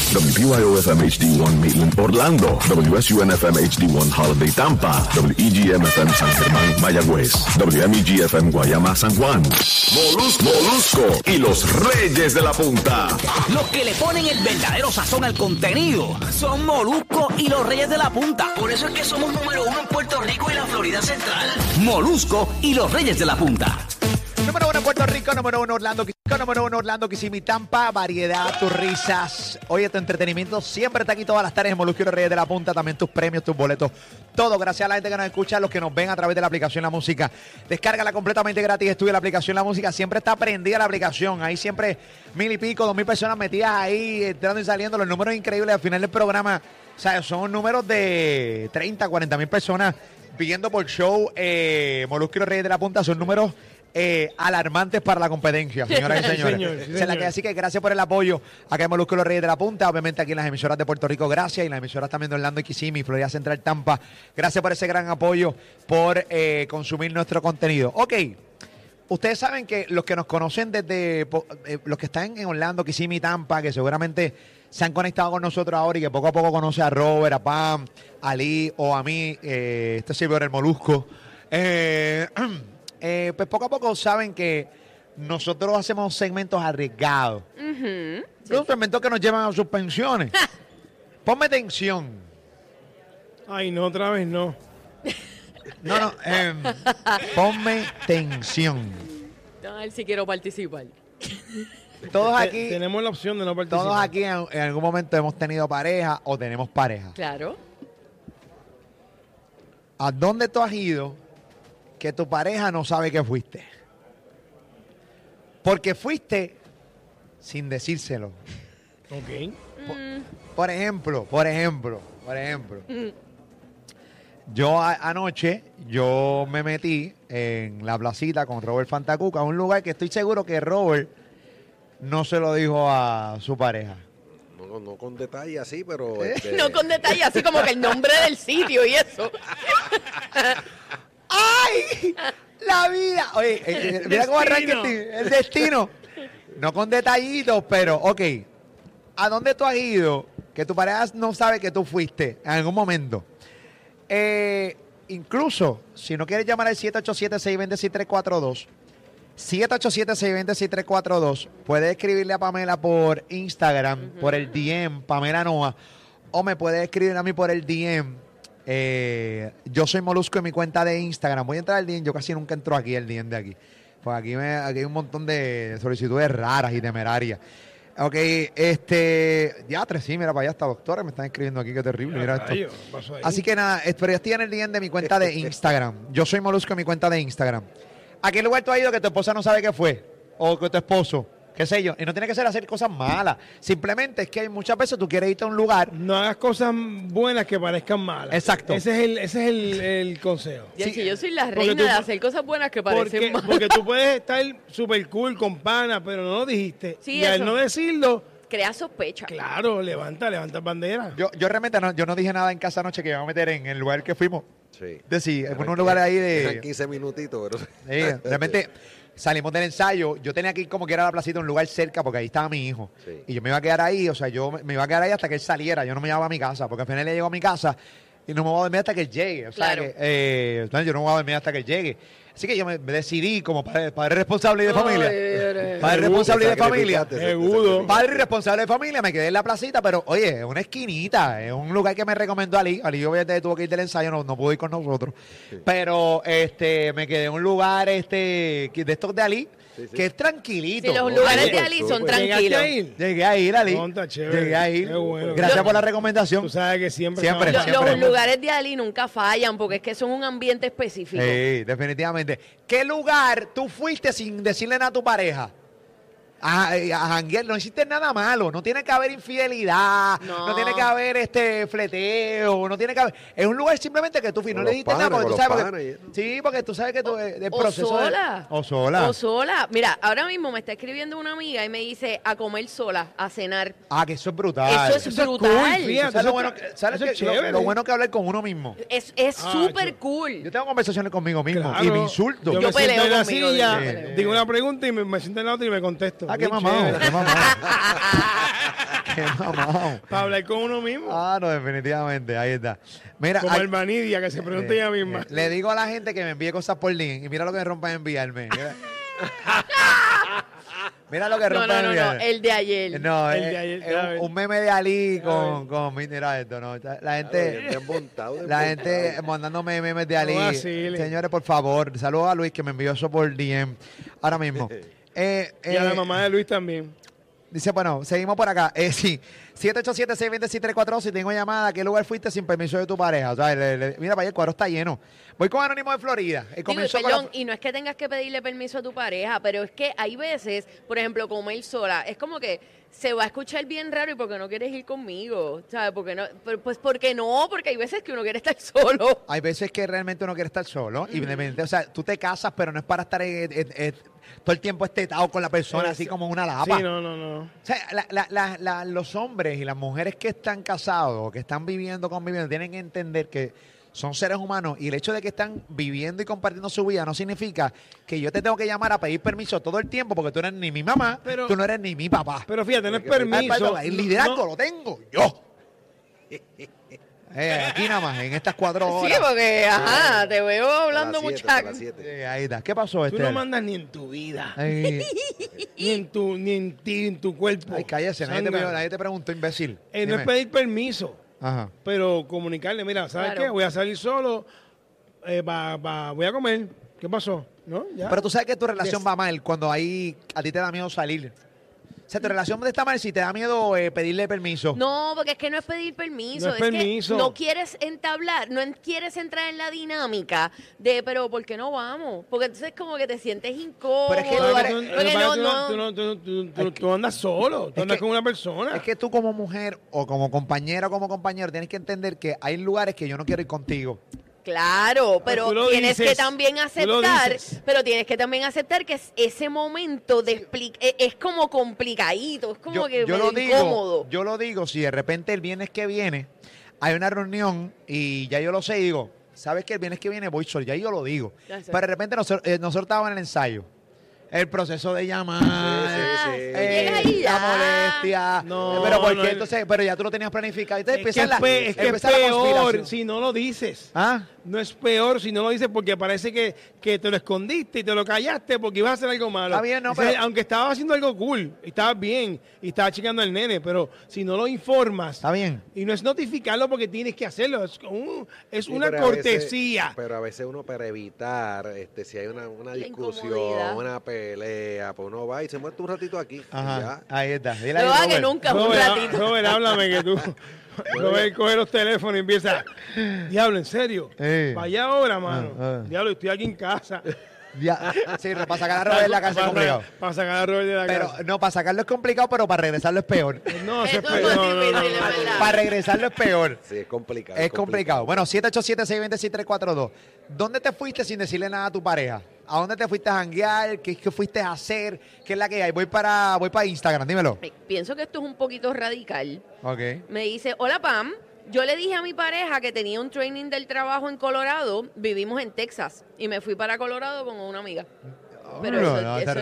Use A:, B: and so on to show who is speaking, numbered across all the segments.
A: WBYOFM HD1 Maitland, Orlando. WSUNFM HD1 Holiday, Tampa. E WEGMFM San Germán, Mayagüez. E WMEGFM Guayama, San Juan. Molus, Molusco y los Reyes de la Punta.
B: Los que le ponen el verdadero sazón al contenido son Molusco y los Reyes de la Punta. Por eso es que somos número uno en Puerto Rico y la Florida Central. Molusco y los Reyes de la Punta.
C: Número uno en Puerto Rico, número uno Orlando, Quisico, número uno Orlando, Kissimmee, Tampa, variedad, tus risas. Oye, tu entretenimiento siempre está aquí todas las tardes en Molusco y los Reyes de la Punta, también tus premios, tus boletos, todo. Gracias a la gente que nos escucha, los que nos ven a través de la aplicación La Música. Descárgala completamente gratis, estudia la aplicación La Música, siempre está prendida la aplicación, ahí siempre mil y pico, dos mil personas metidas ahí, entrando y saliendo, los números increíbles al final del programa, o sea, son números de 30, 40 mil personas pidiendo por show, eh, Molusco y los Reyes de la Punta son números eh, alarmantes para la competencia, señoras y señores.
D: señor, sí,
C: Se la
D: señor.
C: queda así que gracias por el apoyo acá en Molusco y los Reyes de la Punta, obviamente aquí en las emisoras de Puerto Rico, gracias, y en las emisoras también de Orlando y Kissimmee, Florida Central, Tampa. Gracias por ese gran apoyo, por eh, consumir nuestro contenido. Ok, ustedes saben que los que nos conocen desde, po- eh, los que están en Orlando, Kissimmee, Tampa, que seguramente se han conectado con nosotros ahora y que poco a poco conoce a Robert, a Pam, a Lee o a mí, eh, este servidor el Molusco, eh, eh, pues poco a poco saben que nosotros hacemos segmentos arriesgados. Son segmentos que nos llevan a suspensiones. Ponme tensión.
D: Ay, no, otra vez no.
C: No, no, em, ponme tensión.
E: A ver si quiero participar.
C: Todos
D: Te-
C: aquí,
D: tenemos la opción de no participar.
C: todos aquí en, en algún momento hemos tenido pareja o tenemos pareja.
E: Claro.
C: ¿A dónde tú has ido que tu pareja no sabe que fuiste? Porque fuiste sin decírselo.
D: Ok.
C: Por ejemplo, por ejemplo, por ejemplo. Yo a- anoche, yo me metí en la placita con Robert Fantacuca, un lugar que estoy seguro que Robert no se lo dijo a su pareja.
F: No, no con detalle así, pero. este,
E: ¿Eh? No con detalle, así como que el nombre del sitio y eso.
C: ¡Ay! ¡La vida! Oye, eh, eh, mira cómo arranca
D: Destino.
C: este- el destino. No con detallitos, pero, ok. ¿A dónde tú has ido que tu pareja no sabe que tú fuiste en algún momento? Eh, incluso, si no quieres llamar al 787-620-6342, 787-620-6342, puedes escribirle a Pamela por Instagram, por el DM, Pamela Noa, o me puedes escribir a mí por el DM. Eh, yo soy Molusco en mi cuenta de Instagram. Voy a entrar al DM, yo casi nunca entro aquí, el DM de aquí. Pues aquí, me, aquí hay un montón de solicitudes raras y temerarias. Ok, este. Ya, tres, sí, mira, para allá hasta doctores me están escribiendo aquí, qué terrible. Mira esto.
D: Rayo, pasó ahí.
C: Así que nada, es- pero ya estoy en el día de mi cuenta de Instagram. Yo soy Molusco en mi cuenta de Instagram. ¿A qué lugar tú has ido que tu esposa no sabe qué fue? O que tu esposo, qué sé yo. Y no tiene que ser hacer cosas malas. Simplemente es que hay muchas veces tú quieres irte a un lugar.
D: No hagas cosas buenas que parezcan malas.
C: Exacto.
D: Ese es el, ese es el, el consejo.
E: Ya,
C: Sí.
E: si yo soy la
D: Porque
E: reina
D: tú-
E: de hacer cosas buenas que
D: Porque,
E: parecen malas.
D: porque tú puedes estar super cool con pana, pero no lo dijiste.
E: Sí,
D: y al
E: eso.
D: no decirlo,
E: Crea sospecha.
D: claro, levanta, levanta bandera.
C: Yo, yo realmente no, yo no dije nada en casa anoche que iba a meter en el lugar que fuimos.
F: Sí.
C: De sí, en
F: Eran
C: un lugar
F: que-
C: ahí
F: eran
C: de.
F: 15 minutitos, pero.
C: Sí, realmente salimos del ensayo. Yo tenía que ir como que era a la placita, un lugar cerca, porque ahí estaba mi hijo.
F: Sí.
C: Y yo me iba a quedar ahí, o sea, yo me- me iba a quedar ahí hasta que él saliera. Yo no me llevaba a mi casa, porque al final le llego a mi casa y no me voy a dormir hasta que él llegue. O sea,
E: Claro.
C: que, eh, no, yo no me voy a dormir hasta que él llegue. Así que yo me, me decidí como padre, padre responsable y de familia. Padre responsable y de familia.
D: Seguro.
C: Padre y responsable de familia, me quedé en la placita, pero oye, es una esquinita, es un lugar que me recomendó Ali. Ali obviamente tuvo que ir del ensayo, no, no pudo ir con nosotros. Pero este, me quedé en un lugar este, que- de estos de Ali,
F: Sí, sí.
C: que es tranquilito.
E: Si los lugares de
F: por
E: Ali son
F: supuesto.
D: ¿Llegaste
E: tranquilos.
D: a ir?
C: Llegué a ir, Ali.
D: Monta, chévere.
C: Llegué a ir.
D: Qué bueno.
C: Gracias
D: Yo-
C: por la recomendación.
D: Tú sabes que siempre.
C: Siempre,
E: Lo-
D: estamos-
C: siempre.
E: los lugares de Ali nunca fallan porque es que son un ambiente específico.
C: Sí, definitivamente. ¿Qué lugar tú fuiste sin decirle nada a tu pareja? A, eh, a janguear, no hiciste nada malo, no tiene que haber infidelidad, no,
E: No.
C: tiene que haber este fleteo, no tiene que haber. Es un lugar simplemente que tú fi- no
F: Con
C: le
F: los
C: dijiste nada
F: panas,
C: porque tú
F: con
C: sabes.
F: los
C: porque-
F: panas
C: sí, porque tú sabes que tú, eh, el
E: O
C: proceso. de-
E: sola.
C: o sola.
E: O sola. Mira, ahora mismo me está escribiendo una amiga y me dice a comer sola, a cenar.
C: Ah, que eso es brutal.
E: Eso es
D: Eso es cool,
E: brutal.
D: fíjate.
C: ¿Sabes lo
D: Eso
C: bueno,
D: está-
C: que- sabes
D: eso es
C: que- lo-
D: chévere.
C: lo bueno que hablar con uno mismo.
E: Es es
D: Ah,
E: súper
D: yo-
E: cool.
C: Yo tengo conversaciones conmigo mismo y
D: Claro.
C: me insulto.
D: Yo,
E: Yo
D: me siento
E: peleo
D: en la
E: conmigo,
D: silla,
C: yo peleo.
D: digo una pregunta y me, me siento en la otra y me contesto.
C: ah, qué
D: Bien
C: mamado,
D: chévere.
C: qué mamado. Qué mamao.
D: Para hablar con uno mismo.
C: Ah, no, definitivamente, ahí está. Mira,
D: Como
C: ay-
D: el manidia que se pregunta
C: eh,
D: ella misma.
C: eh, le digo a la gente que me envíe cosas por link y mira lo que me rompa en enviarme. Mira- Mira lo que
E: No,
C: rompa
E: no,
C: en
E: no, no,
C: enviarme.
E: el de ayer.
C: No,
D: El
C: eh,
D: de ayer,
C: eh,
D: ya
C: un-
D: ves.
C: un, meme de Ali con,
D: ves.
C: con mira esto, no. La
F: Claro,
C: gente,
F: bien montado, bien
C: este, la
F: montado.
C: gente mandándome memes de Ali.
D: vaciles.
C: Señores, por favor, saludos a Luis que me envió eso por DM ahora mismo. Eh,
D: Y a la
C: eh,
D: mamá de Luis también.
C: Dice, bueno, seguimos por acá. Eh, sí, 787-626-342, si tengo llamada, ¿a qué lugar fuiste sin permiso de tu pareja? O sea, le- le- mira, para allá el cuadro está lleno. Voy con Anónimo de Florida. Eh,
E: Digo, y
C: comenzó con la-
E: perdón, y no es que tengas que pedirle permiso a tu pareja, pero es que hay veces, por ejemplo, comer sola, es como que se va a escuchar bien raro y porque no quieres ir conmigo, ¿sabes? Porque no, Pero, pues porque no, porque hay veces que uno quiere estar solo.
C: Hay veces que realmente uno quiere estar solo. Y de repente, o sea, tú te casas, pero no es para estar eh, eh, eh, todo el tiempo estetado con la persona, así como una lapa.
D: Sí, no, no, no.
C: O sea, la- la- la- la- los hombres y las mujeres que están casados, que están viviendo, conviviendo, tienen que entender que son seres humanos y el hecho de que están viviendo y compartiendo su vida no significa que yo te tengo que llamar a pedir permiso todo el tiempo porque tú no eres ni mi mamá,
D: Pero-
C: tú no eres ni mi papá.
D: Pero fíjate, no es
C: Ah,
D: permiso.
C: perdón, el liderazgo
D: No,
C: lo tengo yo. Eh, aquí nada más, en estas cuatro
E: Sí,
C: horas.
E: porque, ajá, te veo hablando
F: A las siete, a
E: muchacho.
F: las siete.
C: Eh, ahí está. ¿Qué pasó,
D: Tú
C: este?
D: no mandas ni en tu vida,
C: Ay,
D: ni en tu, ni en ti, en tu cuerpo.
C: ay, cállese, nadie te,
D: Zángano.
C: pidió- nadie te preguntó, imbécil.
D: Eh, no
C: Dime.
D: es pedir permiso,
C: Ajá.
D: pero comunicarle, mira, ¿sabes
E: Claro.
D: qué? Voy a salir solo, eh, va- va- voy a comer. ¿Qué pasó? ¿No?
E: ¿Ah?
D: ¿Ya?
C: Pero tú sabes que tu relación
D: Yes.
C: va mal cuando ahí a ti te da miedo salir. O sea, tu relación está mal si te da miedo eh, pedirle permiso.
E: No, porque es que no es pedir permiso.
D: No es permiso.
E: que no quieres entablar, no en- quieres entrar en la dinámica de, pero ¿por qué no vamos? Porque entonces como que te sientes incómodo.
C: Pero es que
D: Lo que pasa es
C: tú-
D: que
E: porque
D: tú-
E: no,
D: tú
E: no.
D: no- tú no- tú- tú- tú- Tú andas solo, tú andas
C: que-
D: con una persona.
C: Es que tú como mujer o como compañera o como compañero tienes que entender que hay lugares que yo no quiero ir contigo.
E: Claro,
D: tú
E: pero
D: lo
E: tienes
D: dices,
E: que también
D: tú lo
E: aceptar,
D: dices.
E: pero tienes que también aceptar que es- ese momento de expli- e- es como complicadito, es como
C: yo,
E: que
C: yo
E: medio
C: lo digo,
E: incómodo.
C: yo lo digo si de repente el viernes que viene hay una reunión y ya yo lo sé y digo, sabes que el viernes que viene voy solo, ya yo lo digo.
E: Ya sé.
C: Pero de repente nosotros, eh, nosotros estábamos en el ensayo. El proceso de llamar,
F: Sí, sí,
E: Ah,
F: sí.
E: tú
C: Eh,
E: llegas ahí,
C: la
E: ah.
C: molestia.
D: No,
C: Eh, pero porque
D: no, el-
C: entonces, pero ya tú lo tenías planificado. Entonces
D: Es que
C: empieza
D: es
C: la,
D: pe- es que es
C: empieza la
D: peor
C: conspiración.
D: si no lo dices.
C: ¿Ah?
D: No es peor si no lo dices porque parece que, que te lo escondiste y te lo callaste porque ibas a hacer algo malo.
C: Está bien, no,
D: O sea,
C: pero-
D: Aunque estabas haciendo algo cool, y estabas bien y estabas checando al nene, pero si no lo informas
C: Está bien.
D: y no es notificarlo porque tienes que hacerlo, es, un- es
F: Sí,
D: una
F: pero a veces-
D: cortesía.
F: pero a veces uno para evitar, este, si hay una, una
E: La
F: discusión,
E: incomodidad.
F: una pelea, pues uno va y se muestra un ratito aquí. y
C: Ajá.
F: ya.
C: Ahí está. Dile ahí,
E: No hagas
C: Robert.
E: nunca un
D: Robert, ha-
E: ratito.
D: Robert, háblame que tú. Robert coge los teléfonos y empieza. Diablo, ¿en serio?
C: Eh.
D: Para allá ahora, mano.
C: Ah, ah.
D: Diablo, estoy aquí en casa.
C: Ya. Sí, para sacar a Robert de la casa es
D: Para-
C: complicado.
D: Para sacar a Robert de la
C: Pero
D: casa.
C: no, para sacarlo es complicado, pero para regresarlo es peor.
D: No,
E: Eso
D: se
E: es
D: espera-
E: más
D: no, no,
E: difícil,
D: no,
E: es
D: no.
E: verdad.
C: Para regresarlo es peor.
F: Sí, es complicado.
C: Es complicado. Bueno, 787-626-342. ¿Dónde te fuiste sin decirle nada a tu pareja? ¿A dónde te fuiste a janguear? ¿Qué, qué fuiste a hacer? ¿Qué es la que hay? Voy para, voy para Instagram, dímelo.
E: Eh, Pienso que esto es un poquito radical.
C: Ok.
E: Me dice, hola Pam, yo le dije a mi pareja que tenía un training del trabajo en Colorado, vivimos en Texas y me fui para Colorado con una amiga. Pero eso,
C: Ah, No, no, está
E: eso ya, eso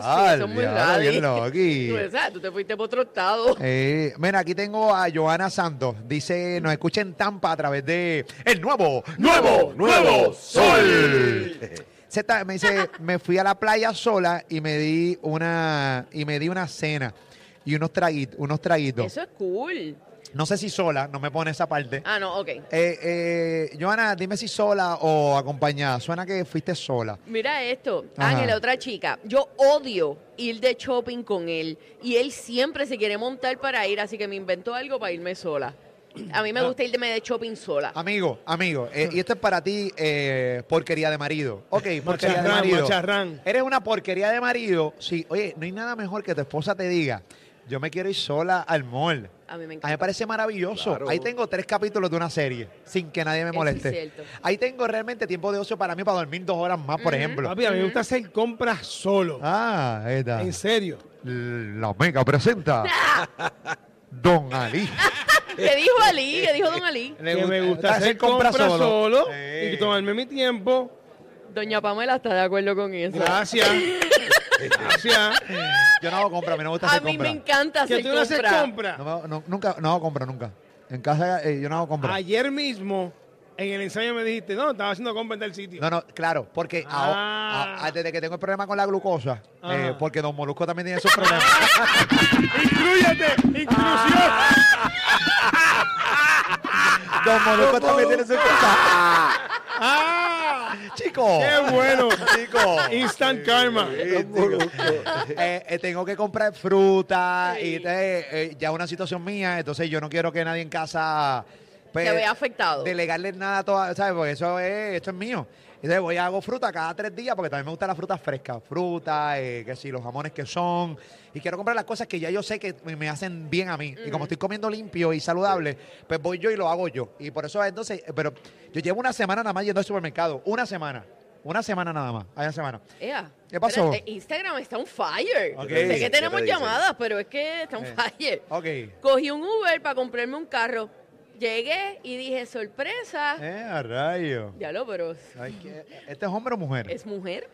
E: sí,
C: radical,
E: eso es muy
C: diablo, bien
E: radical.
C: loqui.
E: Tú, o sea, tú te fuiste por otro estado.
C: Eh, mira, aquí tengo a Joana Santos. Dice, nos escucha en Tampa a través de el nuevo, nuevo, nuevo sol. Se está- me dice, me fui a la playa sola y me di una y me di una cena y unos traguitos, unos traguitos.
E: Eso es cool.
C: No sé si sola, no me pone esa parte.
E: Ah, no, ok.
C: Eh, eh, Joana, dime si sola o acompañada. Suena que fuiste sola.
E: Mira esto,
C: Ajá.
E: Ángela, otra chica. Yo odio ir de shopping con él y él siempre se quiere montar para ir, así que me inventó algo para irme sola. A mí me gusta irme de shopping sola.
C: Amigo, amigo, eh, y esto es para ti, eh, porquería de marido. Ok, porquería de
D: Macharrán,
C: marido.
D: macharrán.
C: Eres una porquería de marido. Sí, oye, no hay nada mejor que tu esposa te diga, yo me quiero ir sola al mall.
E: A
C: A
E: mí me
C: mí me
E: encanta.
C: parece maravilloso.
F: Claro.
C: Ahí tengo tres capítulos de una serie, sin que nadie me
E: Eso es
C: moleste.
E: cierto.
C: Ahí tengo realmente tiempo de ocio para mí, para dormir dos horas más, por ejemplo.
D: Papi, a mí me gusta hacer compras solo.
C: Ah, ahí está.
D: En serio.
C: La Mega presenta Don Ali.
E: ¿Qué dijo Ali? ¿Qué dijo Don Ali?
D: que me gusta hacer compras solo, y tomarme mi tiempo.
E: Doña Pamela está de acuerdo con eso.
D: Gracias. Gracias.
C: Yo no hago compra, a mí no me gusta
E: A
C: hacer
E: mí
C: compra.
E: me encanta
D: que
E: hacer
D: tú no haces
E: compra.
D: compra.
C: No me hago- no, nunca, no hago compra, nunca. En casa eh, yo no hago compra.
D: Ayer mismo, en el ensayo me dijiste, no, estaba haciendo compra en tal sitio.
C: No, no, claro, porque aho-
D: Ah.
C: a- a- desde que tengo el problema con la glucosa,
D: Ajá.
C: eh, porque Don Molusco también tiene esos problemas.
D: ¡Incluyete! ¡Inclusión!
C: Don Molusco también tiene esos problemas.
D: ¡Ah!
C: Chico.
D: ¡Qué bueno!
C: Chico.
D: Ah. Instant karma.
C: Eh, eh, tengo que comprar fruta y entonces, eh, ya una situación mía, entonces yo no quiero que nadie en casa pues,
E: Te vea afectado.
C: Delegarle nada a toda, ¿sabes? Porque eso es, esto es mío. Entonces voy a hago fruta cada tres días porque también me gustan las frutas frescas, fruta, eh, que si los jamones que son. Y quiero comprar las cosas que ya yo sé que me- me hacen bien a mí. Y como estoy comiendo limpio y saludable, pues voy yo y lo hago yo. Y por eso entonces, eh, pero yo llevo una semana nada más yendo al supermercado. Una semana. Una semana nada más. Hay una semana.
E: Ea,
C: ¿Qué pasó?
E: espérate, Instagram está on fire.
C: Ok.
E: Sé que
F: Ah, ¿Qué te
E: tenemos
F: dice?
E: llamadas, pero es que está on
C: Eh,
E: fire.
C: Ok.
E: Cogí un Uber para comprarme un carro. Llegué y dije, sorpresa.
C: Eh, a rayo.
E: Ya lo, pero
C: Ay, que- ¿Este es hombre o mujer?
E: es mujer.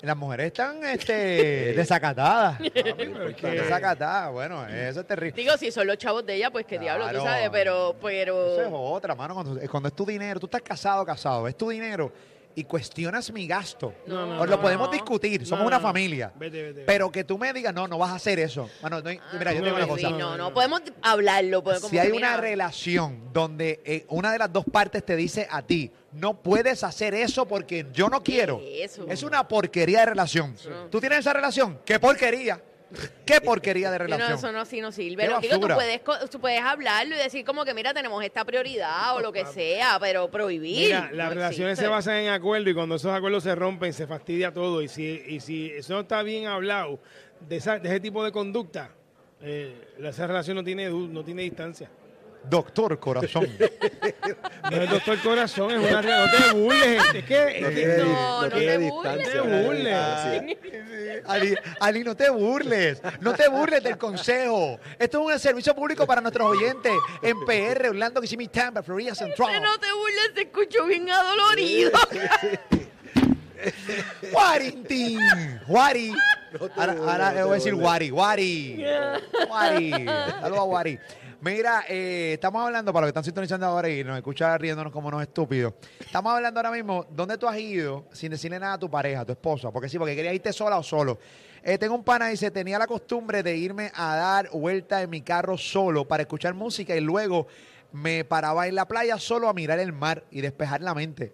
C: Las mujeres están este, desacatadas.
F: Ah,
C: Están desacatadas. Bueno, eso es terrible.
E: Digo, si son los chavos de ella, pues qué diablo, tú
C: Claro.
E: sabes, pero...
C: Eso es
E: pero...
C: otra, mano. Cuando, eh, cuando es tu dinero, tú estás casado, casado, es tu dinero y cuestionas mi gasto.
E: No, no,
C: Os lo
E: no,
C: podemos
E: no.
C: discutir, somos
D: No,
C: una
D: no.
C: familia.
D: Vete, vete, vete.
C: Pero que tú me digas, no, no vas a hacer eso. Mano, no hay- mira, yo
E: no,
C: tengo una
E: sí,
C: cosa.
E: No, no, podemos hablarlo. podemos-
C: si
E: como
C: hay
E: que,
C: una
E: mira,
C: relación donde eh, una de las dos partes te dice a ti, no puedes hacer eso porque yo no
E: ¿Qué
C: quiero.
E: es eso?
C: Es una porquería de relación. ¿Tú tienes esa relación? ¿Qué porquería? ¿Qué porquería de
E: Sí,
C: relación?
E: No, eso no, sí no sirve.
C: Qué
E: No, digo, tú
C: basura.
E: puedes, co- tú puedes hablarlo y decir como que, mira, tenemos esta prioridad o lo que sea, pero prohibir.
D: Mira, las
E: no
D: relaciones
E: existe.
D: se basan en acuerdos y cuando esos acuerdos se rompen se fastidia todo. Y si, y si eso no está bien hablado de, esa- de ese tipo de conducta, eh, esa relación no tiene, du- no tiene distancia.
C: Doctor Corazón.
D: No es doctor corazón, es una relación. No te burles, gente, es que- es que-
E: no, no te
D: burles. No te burles.
C: Ali, Ali, no te burles. No te burles del consejo. Esto es un servicio público para nuestros oyentes en PR, Orlando, Kissimmee, Tampa, Florida
E: Pero
C: Central.
E: no te burles, te escucho bien adolorido.
C: Guarintín. Guari.
F: No te
C: ahora
F: burles,
C: ahora
F: no
C: le
F: te
C: voy a decir Guari.
F: burles.
C: Guari. Guari. Saludos a Guari. Mira, eh, estamos hablando, para los que están sintonizando ahora y nos escuchan riéndonos como unos estúpidos, estamos hablando ahora mismo, ¿dónde tú has ido sin decirle nada a tu pareja, a tu esposa? Porque sí, porque querías irte sola o solo. Eh, tengo un pana y dice, tenía la costumbre de irme a dar vuelta en mi carro solo para escuchar música y luego me paraba en la playa solo a mirar el mar y despejar la mente.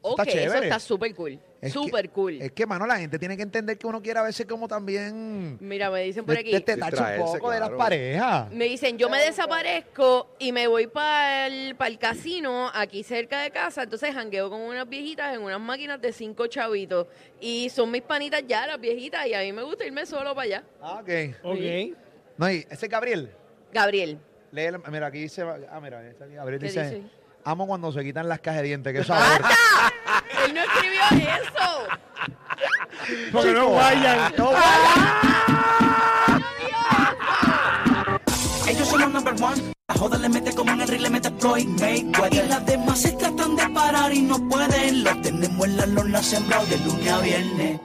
E: ok, eso
C: chévere.
E: está súper cool.
C: Es que-
E: Súper cool.
C: Es que, mano, la gente tiene que entender que uno quiere a veces como también
E: Mira, me dicen por aquí.
C: destetarse un
F: Distraerse,
C: poco de las
F: claro.
C: parejas.
E: Me dicen, yo me desaparezco y me voy para el, casino aquí cerca de casa. Entonces jangueo con unas viejitas en unas máquinas de cinco chavitos. Y son mis panitas ya, las viejitas, y a mí me gusta irme solo para allá.
C: Ah, ok.
D: Ok.
C: No, y ese es Gabriel,
E: Gabriel,
C: lee, el- mira, aquí dice, ah, mira, está aquí, Gabriel
E: ¿Qué
C: dice,
E: dice? Ah,
C: amo cuando se quitan las cajas de dientes, que sabor.
E: él no escribió eso.
D: Porque no vayan.
C: No, guaya.
B: Ellos son los number one. La joda le mete como en el ring, le mete Floyd Mayweather. Y las demás se tratan de parar y no pueden. Los tenemos en la lona sembrado de lunes a viernes.